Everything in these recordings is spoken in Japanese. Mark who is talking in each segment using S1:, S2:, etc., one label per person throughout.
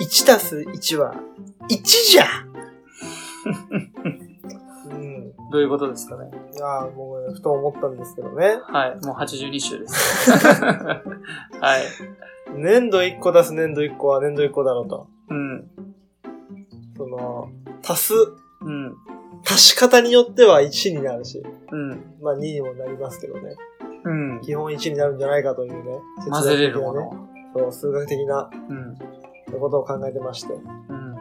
S1: 1たす1は1じゃんうん。
S2: どういうことですかね。
S1: いやーもう、ふと思ったんですけどね。
S2: はい。もう82週 です。はい。
S1: 粘土1個出す粘土1個は粘土1個だろうと。
S2: うん。
S1: その、足す、
S2: うん。
S1: 足し方によっては1になるし、
S2: うん。
S1: まあ2にもなりますけどね。
S2: うん。
S1: 基本1になるんじゃないかというね。哲学的な
S2: 混
S1: ね
S2: ぜれるもの。
S1: そう、数学的な
S2: うん。
S1: ことを考えてまして。
S2: うん。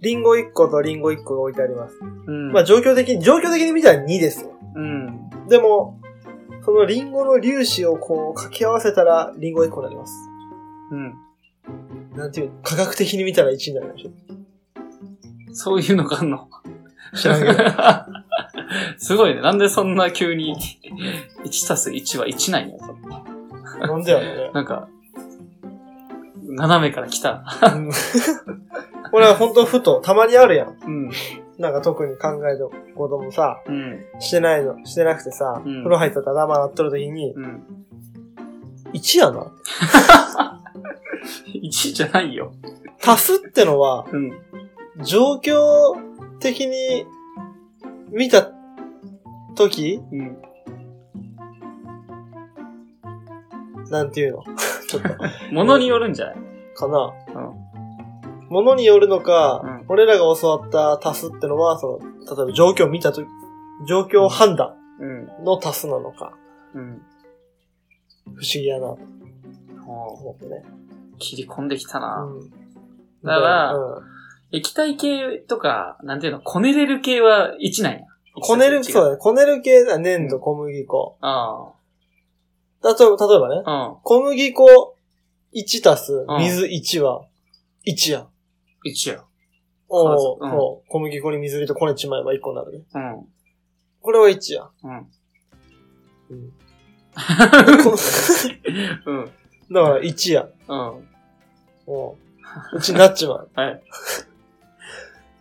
S1: リンゴ1個とリンゴ1個が置いてあります。
S2: うん。
S1: まあ状況的に、状況的に見たら2ですよ。
S2: うん。
S1: でも、そのリンゴの粒子をこう掛け合わせたらリンゴ1個になります。
S2: うん。
S1: なんていう、科学的に見たら1になるでしょ。
S2: そういうのがあんの
S1: 知らんけど。
S2: すごいね。なんでそんな急に1たす1は1なんや。
S1: なんでやろうね。
S2: なんか、斜めから来た。
S1: うんこれは本当ふと、たまにあるやん。
S2: うん。
S1: なんか特に考えたこともさ、
S2: うん。
S1: してないの、してなくてさ、
S2: うん
S1: 風呂入ったら頭洗っとるときに、
S2: うん。
S1: 1やな。
S2: 1じゃないよ。
S1: 足すってのは、
S2: うん。
S1: 状況的に見たとき、
S2: うん。
S1: なんていう のちょっと、
S2: ものによるんじゃない
S1: かな。
S2: うん
S1: ものによるのか、
S2: うん
S1: 俺らが教わった足すってのは、その、例えば状況を見たとき、状況判断
S2: うん。
S1: の足すなのか、
S2: うん。
S1: 不思議やなと
S2: おう
S1: 思ってね。
S2: 切り込んできたな。
S1: うん、
S2: だから
S1: うん
S2: 液体系とか、なんていうの、こねれる系は1なんや。
S1: こねる、そう
S2: う。
S1: だね。こねる系だ。粘土、小麦粉。
S2: あ
S1: 例えば、例えばね。
S2: あ。うん。
S1: 小麦粉1たす
S2: ん
S1: 水1は1やん。
S2: 1や。
S1: おう
S2: そうそううん
S1: おう小麦粉に水入れてこねちまえば1個になるね。
S2: うん。
S1: これは1やん。 う
S2: うん。
S1: ん、こ
S2: うん。
S1: だから1やん。
S2: うん。
S1: おう1になっちまう。
S2: はい。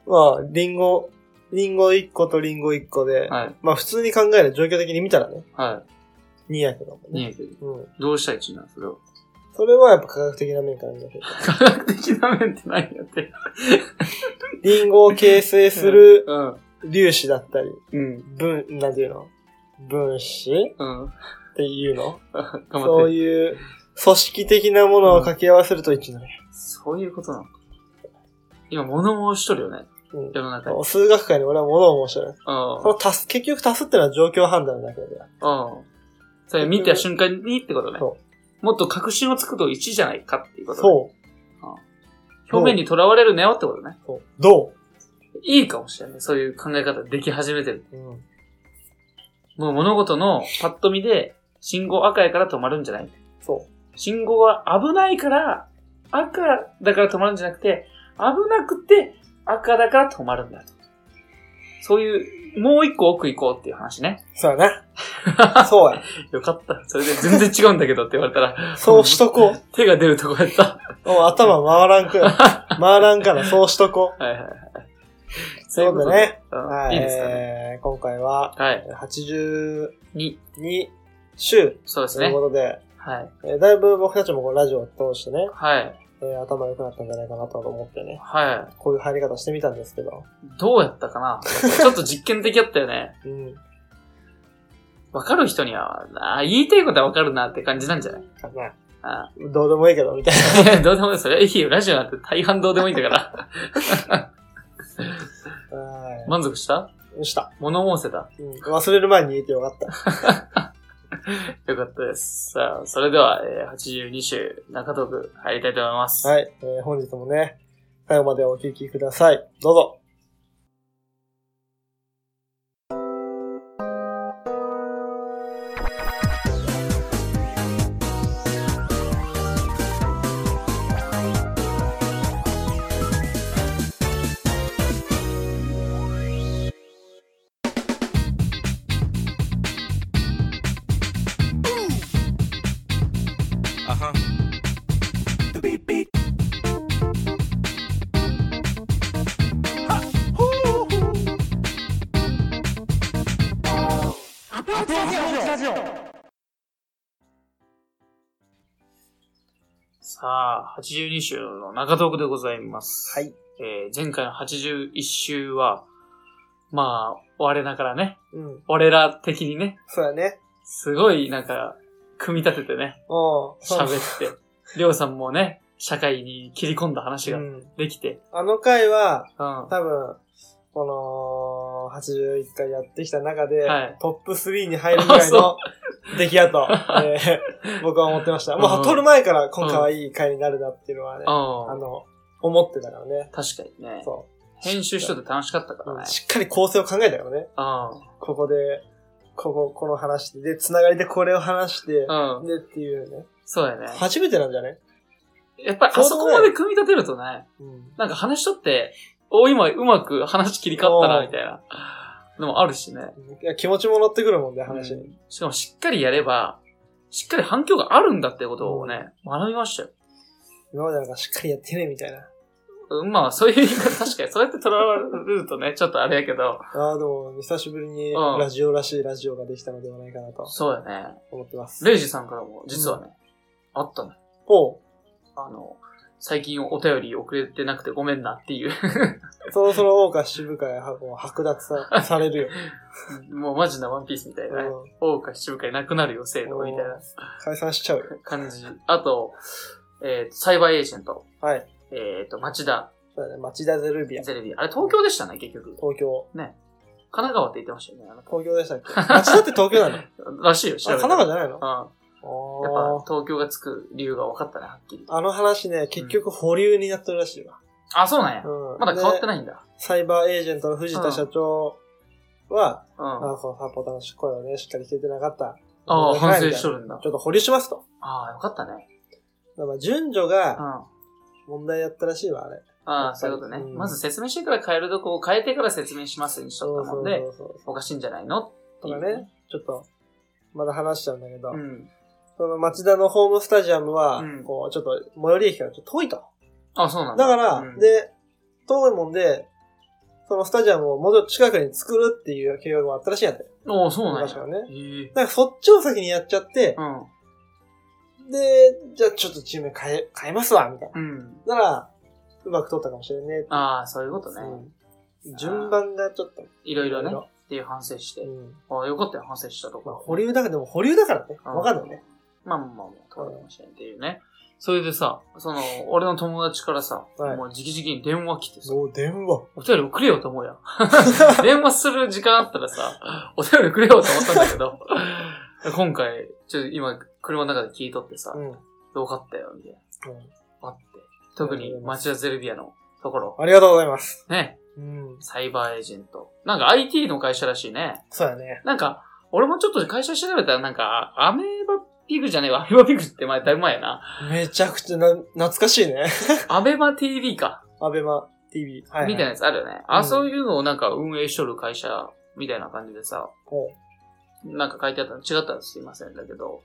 S1: まあ、リンゴ、リンゴ1個とリンゴ1個で、
S2: はい。
S1: まあ普通に考える状況的に見たらね、
S2: は
S1: 2やけども
S2: い。
S1: ね。
S2: ねえけど。
S1: うん。
S2: どうした1なんそれを。
S1: それはやっぱ科学的な面から見たけど。
S2: 科学的な面って何やって。
S1: リンゴを形成する
S2: うん。
S1: 粒子だったり、
S2: うん。
S1: 分、なんていうの分子
S2: うん。
S1: っていうの
S2: 頑張
S1: そ
S2: っ
S1: う
S2: て。
S1: いう組織的なものを掛け合わせると一になる。
S2: そういうことなのか。今、物申しとるよね。
S1: うん
S2: 世の中に。
S1: そう数学界に俺は物を申してる。
S2: うん
S1: こ。の足す、結局足すってのは状況判断だけで。
S2: うん。それ見た瞬間にってことね。
S1: そ
S2: もっと確信をつくと1じゃないかっていうこと、ね。
S1: そう。
S2: 表面にとらわれるなよってことね。
S1: そうど
S2: いいかもしれない。そういう考え方でき始めてる。
S1: う、うん、
S2: もう物事のパッと見で、信号赤やから止まるんじゃない
S1: そ
S2: 信号は危ないから、赤だから止まるんじゃなくて、危なくて赤だから止まるんだと。そういう、もう一個奥行こうっていう話ね
S1: う。。そうやな。そうや。
S2: よかった。それで全然違うんだけどって言われたら、
S1: そうしとこう。
S2: 手が出るとこやった。
S1: もう頭回らんくらい。回らんから、そうしとこ
S2: はいはいはい。
S1: そうだね
S2: そういうことで。う
S1: う。
S2: ん、
S1: はいい。
S2: いですかね。
S1: えー今回は、
S2: はい。
S1: 82
S2: に、
S1: 週
S2: そうです
S1: とい
S2: ね
S1: う。ことで、
S2: はい。
S1: えーだいぶ僕たちもこうラジオを通してね、
S2: はい。
S1: えー頭良くなったんじゃないかなと思ってね、
S2: は
S1: こういう入り方してみたんですけど。
S2: い。どうやったかなちょっと実験的やったよね。
S1: うん。
S2: わかる人には、あ言いたいことはわかるなって感じなんじゃない
S1: かな。
S2: あ
S1: どうでもいいけど、みたいな。
S2: あどうでもいい。 それ、いいよ。ラジオなんて大半どうでもいいんだ から。
S1: は
S2: 満足した
S1: い。よした。
S2: 物申せた。
S1: うん。忘れる前に言えてよかった。
S2: よかったです。さあ、それでは、えー82週、中トーク入りたいと思います。
S1: はい。えー本日もね、最後までお聞きください。どうぞ。
S3: Uh huh.
S2: さあ、82週の中トークでございます。
S1: はい。
S2: えー前回の81週は、まあ、我ながらね、
S1: うん。
S2: 我ら的にね、
S1: そうやね。
S2: すごいなんか、組み立ててね、
S1: おう
S2: 喋って、りょうさんもね、社会に切り込んだ話
S1: う
S2: が
S1: ん。
S2: できて、
S1: あの回は、
S2: うん。
S1: 多分、この、81回やってきた中で、
S2: はい
S1: トップ3に入るぐ らいの出来やと、えー僕は思ってました。ま
S2: う
S1: あ、
S2: ん
S1: 撮る前から今回はいい回になるなっていうのはね、あ
S2: うん。
S1: の、思ってたからね。
S2: 確かにね。
S1: そ
S2: 編集しとって楽しかったか
S1: う、
S2: らね。
S1: しっかり構成を考えたからね。ここで、ここ、この話して、で、つながりでこれを話して
S2: う、ん。うん。
S1: でっていうね。
S2: そうやね。
S1: 初めてなんじゃね
S2: やっぱりあそこまで組み立てるとね、
S1: うん。
S2: なんか話しとって、お、今うまく話切り替わったな、みたいな。のもあるしね。
S1: いや、気持ちも乗ってくるもんね、話
S2: う
S1: に。
S2: んしかもしっかりやれば、しっかり反響があるんだってことをね、学びましたよ。
S1: 今までなんかしっかりやってね、みたいな。
S2: うんまあ、そういう言い方、確かに、そうやって捉われるとね、ちょっとあれやけど、
S1: ああ、でも、久しぶりに
S2: うん
S1: ラジオらしいラジオができたのではないかなと
S2: そうやね。
S1: 思ってます。
S2: レイジさんからも、実はね、あったね。
S1: おう
S2: あの、最近お便り遅れてなくてごめんなっていう。
S1: そろそろ大岡渋川はもう剥奪さされるよ。
S2: もうマジなワンピースみたいなね。
S1: うん
S2: 大岡七部会なくなるよ、制度みたいな
S1: 解散しちゃうよ。
S2: 感じ。あと、えーと、サイバーエージェント。
S1: はい。
S2: えっ、と、町田
S1: そうだね、町田ゼルビア。
S2: ゼレビ。あれ、東京でしたね、結局。神
S1: 東京。
S2: 奈川って言ってましたよね。あの
S1: 東京でしたっけ町田って東京なのあ、
S2: らしい よ、調べ
S1: 神
S2: た
S1: 奈川
S2: ら
S1: じゃないの
S2: うん。やっ
S1: あ
S2: ぱ、東京がつく理由が分かったね、はっきり。
S1: あ。あの話ね、結局保留になってるらしいわ。
S2: あ、そうなんや。
S1: うん。
S2: まだ変わって
S1: い。
S2: ないんだ。
S1: サイバーエージェントの藤田社長は、
S2: うん。
S1: あ
S2: あ
S1: ーこのサポーターの声をね、しっかり聞けてなかった。
S2: あ
S1: ご
S2: ー、
S1: めんな
S2: 反
S1: さい
S2: 省しとるんだ
S1: ち。ょっと保留しますと。
S2: ああ、よかったね。
S1: だから順序
S2: うん。
S1: が
S2: あ
S1: 問題だったらしいわ、あれ。
S2: あー、そういうことね。
S1: うん
S2: まず説明してから変えるとこを変えてから説明しますにしとったもんで、
S1: うそう
S2: おかしいんじゃないのって
S1: と
S2: い
S1: か
S2: う
S1: ね。、ちょっと、まだ話しちゃうんだけど、
S2: うん。
S1: その町田のホームスタジアムは、
S2: うん
S1: こう、ちょっと、最寄り駅からちょっと遠いと。
S2: あそうなん
S1: だか
S2: だ。
S1: ら、
S2: うん、
S1: で、遠いもんで、そのスタジアムをもうちょっと近くに作るっていう計画もあったらしいんやって。
S2: おーそうなん
S1: 昔
S2: や
S1: は。ね。
S2: へえ。
S1: だからそっちを先にやっちゃって
S2: う、ん。
S1: で、じゃあちょっとチーム変え、変えますわ、みたい
S2: うん。
S1: な。なら、うまく取ったかもしれんね。
S2: ああ、そういうことね。
S1: うん順番がちょっと。
S2: いろいろね。
S1: い
S2: っ
S1: ろ
S2: ていう反省して
S1: いろ。うん
S2: ああ、よかったよ、反省したとこ
S1: まあ、
S2: ろ。
S1: 保留だから、でも保留だからね。
S2: うん
S1: わかんないね。
S2: まあまあまあ、取れましたねっていうね。それでさ、その、俺の友達からさ、
S1: はい
S2: もう直々に電話来てさ、
S1: う、電話。
S2: お便り送れよと思うやん。 電話する時間あったらさ、お便りくれよと思ったんだけど、 今回、ちょっと今、車の中で聞いとってさ
S1: う、ん。うん
S2: どうかったよ、みたいな。あって。特に町田ゼルビアのところ、
S1: ありがとうございます。
S2: ね、
S1: うん。
S2: サイバーエージェント。なんか IT の会社らしいね。
S1: そうやね。
S2: なんか、俺もちょっと会社調べたら、なんか、アメーバピグじゃねえわ。アメーバピグって前、だいぶ前やな。
S1: めちゃくちゃな、懐かしいね。
S2: アベマ TV か。
S1: アベマ TV。はい、
S2: みたいな
S1: な。
S2: やつあるよね。
S1: う
S2: あ、
S1: ん
S2: そういうのをなんか運営しとる会社みたいな感じでさ、
S1: ほ
S2: なんか書いてあったの違ったらすいませんだけど、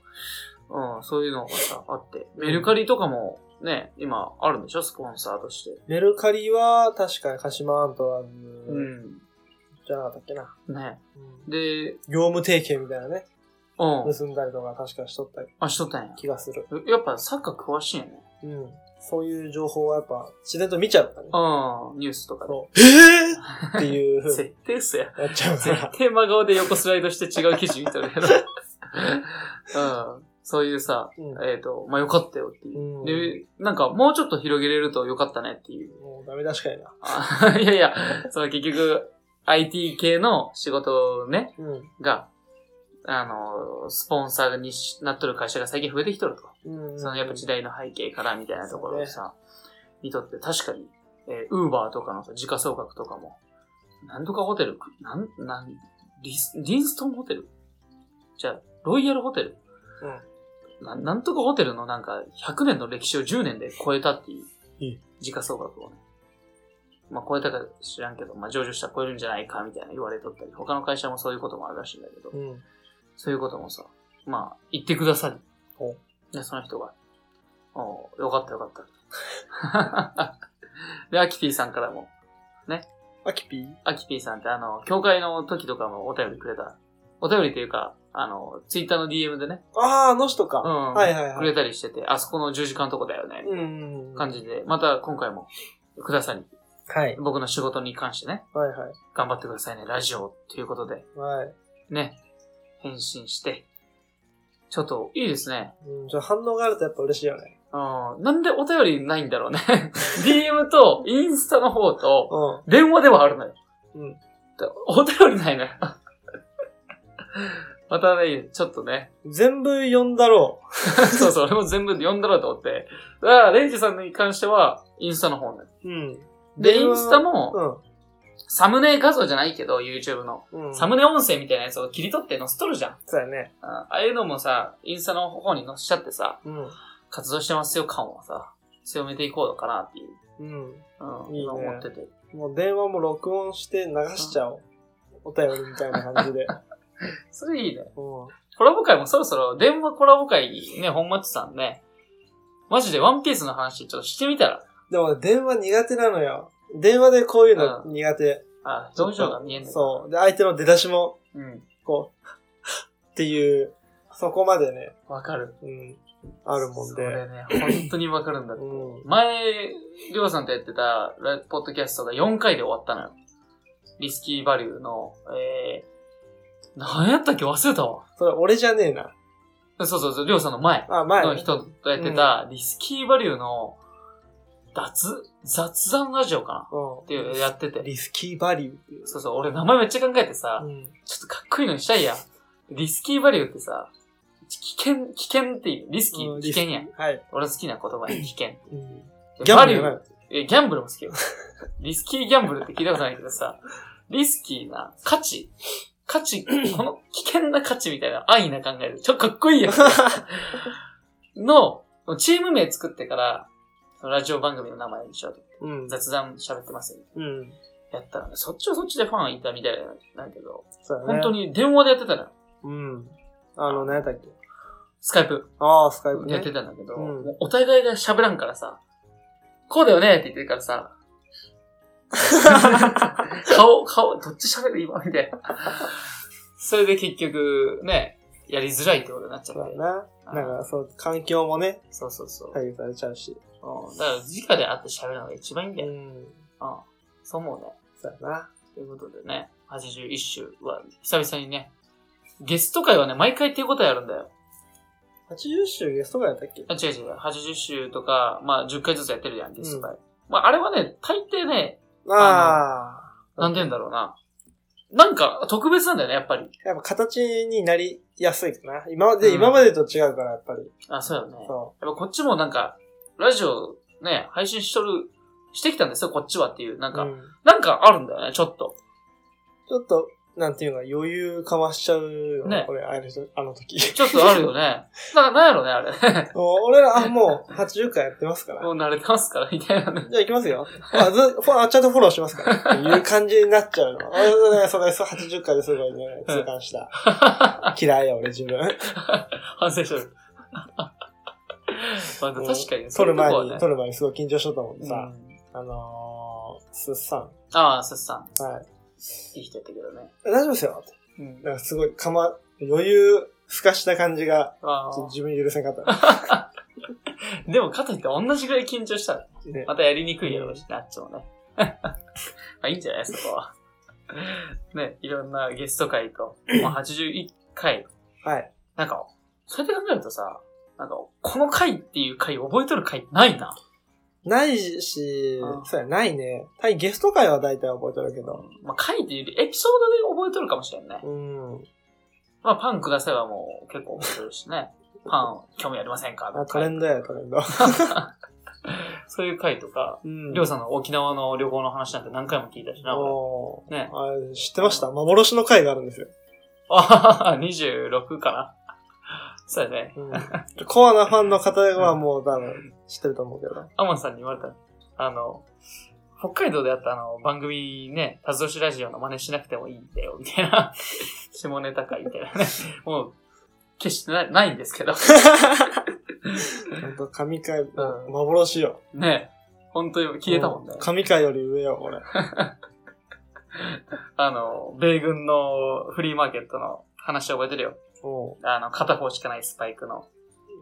S2: うん、そういうのがさ、あって。メルカリとかもね、今あるんでしょスポンサーとして。
S1: うメルカリは、確かに鹿島アントラー
S2: う
S1: ズ
S2: ん。
S1: じゃなかったっけな。
S2: ね。
S1: うん
S2: で、
S1: 業務提携みたいなね。
S2: うん。
S1: 結んだりとか確かしとった
S2: あ、しとったんや。
S1: 気がする。
S2: やっぱサッカー詳しいよね。
S1: うん。そういう情報はやっぱ、自然と見ちゃうからね。
S2: うん、ニュースとかで。
S1: そう。えー、っていうふう
S2: 設定っすや。
S1: になっちゃうか
S2: 絶
S1: ら。
S2: 対真顔で横スライドして違う記事見とるや ろ。うん。そういうさ、
S1: うん
S2: えっ、と、まあ、よかったよっていう。
S1: うん
S2: で、なんか、もうちょっと広げれるとよかったねっていう。
S1: もうダメ出しかいな。
S2: あ いやいや、その結局、IT 系の仕事ね、
S1: うん。
S2: が、あの、スポンサーにしなっとる会社が最近増えてきとると。
S1: うん。
S2: そのやっぱ時代の背景からみたいなところをさ、見とって、確かに、えー、ウーバーとかのさ、時価総額とかも、なんとかホテル、なん、なん、リス、リンストンホテルじゃあ、ロイヤルホテルななんとかホテルのなんか、100年の歴史を10年で超えたっていう
S1: え、
S2: 時価総額をね。まあ、超えたか知らんけど、まあ、上場したら超えるんじゃないかみたいな言われとったり、他の会社もそういうこともあるらしいんだけど、
S1: うん。うん。
S2: そういうこともさ、まあ、言ってくださ
S1: お
S2: い。で、その人が、おうよかったよかった。 で、アキピーさんからも、
S1: アキピー
S2: アキピーさんってあの、教会の時とかもお便りくれたお便りというか、あの、ツイッターの DM でね、
S1: ああ、あの人か。
S2: うん
S1: はいはい
S2: く
S1: は
S2: れ
S1: い。
S2: たりしてて、あそこの十字架のとこだよね、
S1: うんうんうん。
S2: 感じで、また今回も、くださり、
S1: はい。
S2: 僕の仕事に関してね、
S1: はいは
S2: 頑張ってくださいね、ラジオ、ということで、
S1: い。はい。
S2: ね、返信して、ちょっと、いいですね。
S1: うん、じゃあ反応があるとやっぱ嬉しいよね。
S2: うん、なんでお便りないんだろうね。DM と、インスタの方と、
S1: う
S2: 電話ではあるのよ。
S1: うん。
S2: お便りないのよ。 またね、ちょっとね、
S1: ん。全部読んだろ
S2: そうそう、俺も全部で読んだろうと思って。だから、レンジさんに関しては、インスタの方ね。
S1: う。うん。
S2: で、イ
S1: 電話
S2: ンスタも、サムネ画像じゃないけど、YouTube の。
S1: うん。うん。
S2: サムネ音声みたいなやつを切り取って載せとるじゃん。
S1: そうやね。
S2: あああいうのもさ、インスタの方に載せちゃってさ、
S1: うん。
S2: 活動してますよ感はさ、強めていこうかなっていう、
S1: うん。
S2: うん、
S1: いいね
S2: 思ってて。
S1: もう電話も録音して流しちゃおう。お便りみたいな感じ で。
S2: それいいね。
S1: うん。
S2: コラボ会もそろそろ、電話コラボ会にね、本町さんね、マジでワンピースの話ちょっとしてみたら、
S1: でも電話苦手なのよ。電話でこういうの苦手。
S2: あ、表情が見えんだ
S1: そう。で、相手の出だしも、
S2: う。うん。
S1: こう、 っていう、そこまでね、
S2: わかる。
S1: うん、あるもん
S2: それ
S1: で。
S2: ね、本当にわかるんだって。
S1: うん。
S2: 前、りょうさんとやってたラ、ポッドキャストが4回で終わったのよ。リスキーバリューの、えー、何やったっけ忘れたわ。
S1: それ俺じゃねえな。
S2: そうそうそう、りょうさんの前
S1: あ、前
S2: の。人とやってた、リスキーバリューの、雑、雑談ラジオかな
S1: うん。
S2: っていう、やってて。
S1: リスキーバリューっていう。
S2: そうそう、俺名前めっちゃ考えてさ
S1: う、ん。
S2: ちょっとかっこいいのにしたいやん。リスキーバリューってさ、危険、危険っていう、リスキ
S1: う
S2: ー、
S1: ん
S2: 危険やん。
S1: はい。
S2: 俺の好きな言葉に危険。
S1: うん。
S2: で
S1: ギャンブルじゃない
S2: え、ギャンブルも好きよ。リスキーギャンブルって聞いたことないけどさ、リスキーな価値、価値、この危険な価値みたいな安易な考えで、ちょ、かっこいいやん。 の、チーム名作ってから、そのラジオ番組の名前にしようと。
S1: うん。
S2: 雑談喋ってますよ。
S1: うん。
S2: やったらね、そっちはそっちでファンいたみたいなんだけど、
S1: そうだね。
S2: 本当。に電話でやってたのよ。
S1: うん。あの、何やったっけ
S2: スカイプ
S1: ああ、スカイプ
S2: でやって
S1: ね。
S2: たんだけど、
S1: うん
S2: もうお互いが喋らんからさ、こうだよねって言ってるからさ、 顔、顔、どっち喋る今みたいな。それで結局、ね、やりづらいってことになっちゃ
S1: そう
S2: って。
S1: だな。なんか、そう、環境もね、
S2: そうそうそう。
S1: 左右されちゃうし。
S2: うん、だから、直で会って喋るのが一番いいん
S1: う
S2: だよ。
S1: ん。
S2: うん。そう思うね。
S1: そうだな。
S2: ということでね、81週は久々にね、ゲスト会はね、毎回手応えあるんだよ。
S1: 80週ゲストがやったっけ
S2: あ、違う違う。80週とか、まあ、10回ずつやってるじゃん、ゲスト会。まあ、あれはね、大抵ね、
S1: ああ。
S2: なんて言うんだろうな。なんか、特別なんだよね、やっぱり。
S1: やっぱ形になりやすいかな。今まで、
S2: うん
S1: 今までと違うから、やっぱり。
S2: あ、そうよね。
S1: そ
S2: やっぱこっちもなんか、ラジオね、配信しとる、してきたんですよ、こっちはっていう。なん
S1: う。う
S2: か、
S1: ん、
S2: なんかあるんだよね、ちょっと。
S1: ちょっと、なんていうのか、余裕かましちゃうよね
S2: ね。
S1: 俺、あの人あの時。
S2: ちょっとあるよね。な、なんやろね、あれ。
S1: もう俺ら、あ、もう、80回やってますから。
S2: もう慣れてますから、みたいなね。
S1: じゃあ行きますよ。あ、ず、フォあちゃんとフォローしますから。っていう感じになっちゃうの。 あ、そうね、それ、そう80回ですごいね、痛感した。嫌いや、俺自分。
S2: 反省してる。 まあ、確かに、
S1: 撮る前
S2: そういう
S1: に、
S2: とこ
S1: 撮る前にすごい緊張しとったもんで
S2: は
S1: さ
S2: ね。。うん
S1: あのー、すっさん。
S2: ああ、すっさ
S1: はい。
S2: ん。いい人やったけどね。
S1: 大丈夫ですよ。
S2: うん。
S1: なんかすごい、かま、余裕、すかした感じが、
S2: あ
S1: ちょっと
S2: あ
S1: 自分許せんかった。
S2: でも、かといって同じぐらい緊張したら
S1: ね、
S2: またやりにくいやろうしな、あっちもね。 まあいいんじゃないそこは。 ね、いろんなゲスト会と、まあ、81回。
S1: はい。
S2: なんか、それで考えるとさ、なんか、この回っていう回覚えとる回ないな。
S1: ないし
S2: あ、あ
S1: そうや、ないね。対ゲスト会は大体覚えてるけど。
S2: まあ、回っていうよりエピソードで覚えとるかもしれんね。
S1: うん。
S2: まあ、パンくださいはもう結構覚えてるしね。パン、興味ありませんか
S1: あトレンドや、トレンド。
S2: そういう回とか、
S1: うん
S2: りょうさんの沖縄の旅行の話なんて何回も聞いたしな、俺。
S1: お
S2: ね。
S1: ーあれ知ってました幻の会があるんですよ。
S2: ああ、26かな。そうやね。
S1: うん、コアなファンの方はもう多分知ってると思うけど。
S2: アマンさんに言われた。あの、北海道であったあの、番組ね、たずおしラジオの真似しなくてもいいんだよ、みたいな。 下ネタか、みたいなね。もう、決してないないんですけど。
S1: ほんと、神会、
S2: う
S1: 幻よ。
S2: ん。ね本当に消えたもんね
S1: う。神会より上よ、俺。
S2: あの、米軍のフリーマーケットの話覚えてるよ。
S1: おう
S2: あの、片方しかないスパイクの。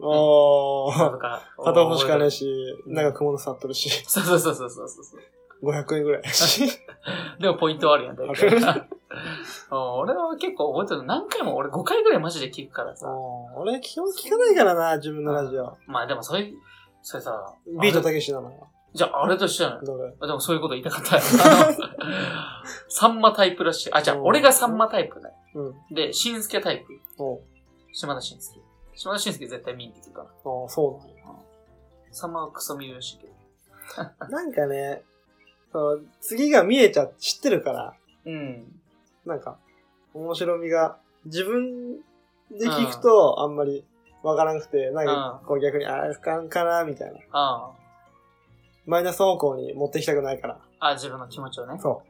S1: あ
S2: とか
S1: あ、片方しかない
S2: し。
S1: し、なんか雲の触っとるし、
S2: そうそうそうそうそうそう。
S1: 500円ぐらいやし。
S2: でもポイントはあるやん、大
S1: あ
S2: 体。
S1: る
S2: うん俺は結構覚えてる。何回も、俺5回ぐらいマジで聞くからさ。
S1: おう俺、基本聞かないからな、自分のラジオ。
S2: まあでもそれ、それさ、
S1: ビート
S2: あれ
S1: たけしなのよ。
S2: じゃああれとしてなの
S1: どれ
S2: あでもそういうこと言いたかったよ。 あのサンマタイプらしい。あ、じゃあ俺がサンマタイプだよ。
S1: うん。
S2: で、しんすけタイプ。
S1: おう
S2: 島田しんすけ。島田しんすけ絶対見に行くから。
S1: ああ、そうなんや
S2: サンマはクソ見るらしいけど。
S1: なんかね、その次が見えちゃ、知ってるから、
S2: うん。
S1: なんか、面白みが、自分で聞くと、あんまりわからなくて、なんか、こう逆に、ああ、不感かな、みたいな。
S2: あ
S1: マイナス方向に持ってきたくないから。
S2: あ。あ、自分の気持ちをね。
S1: そ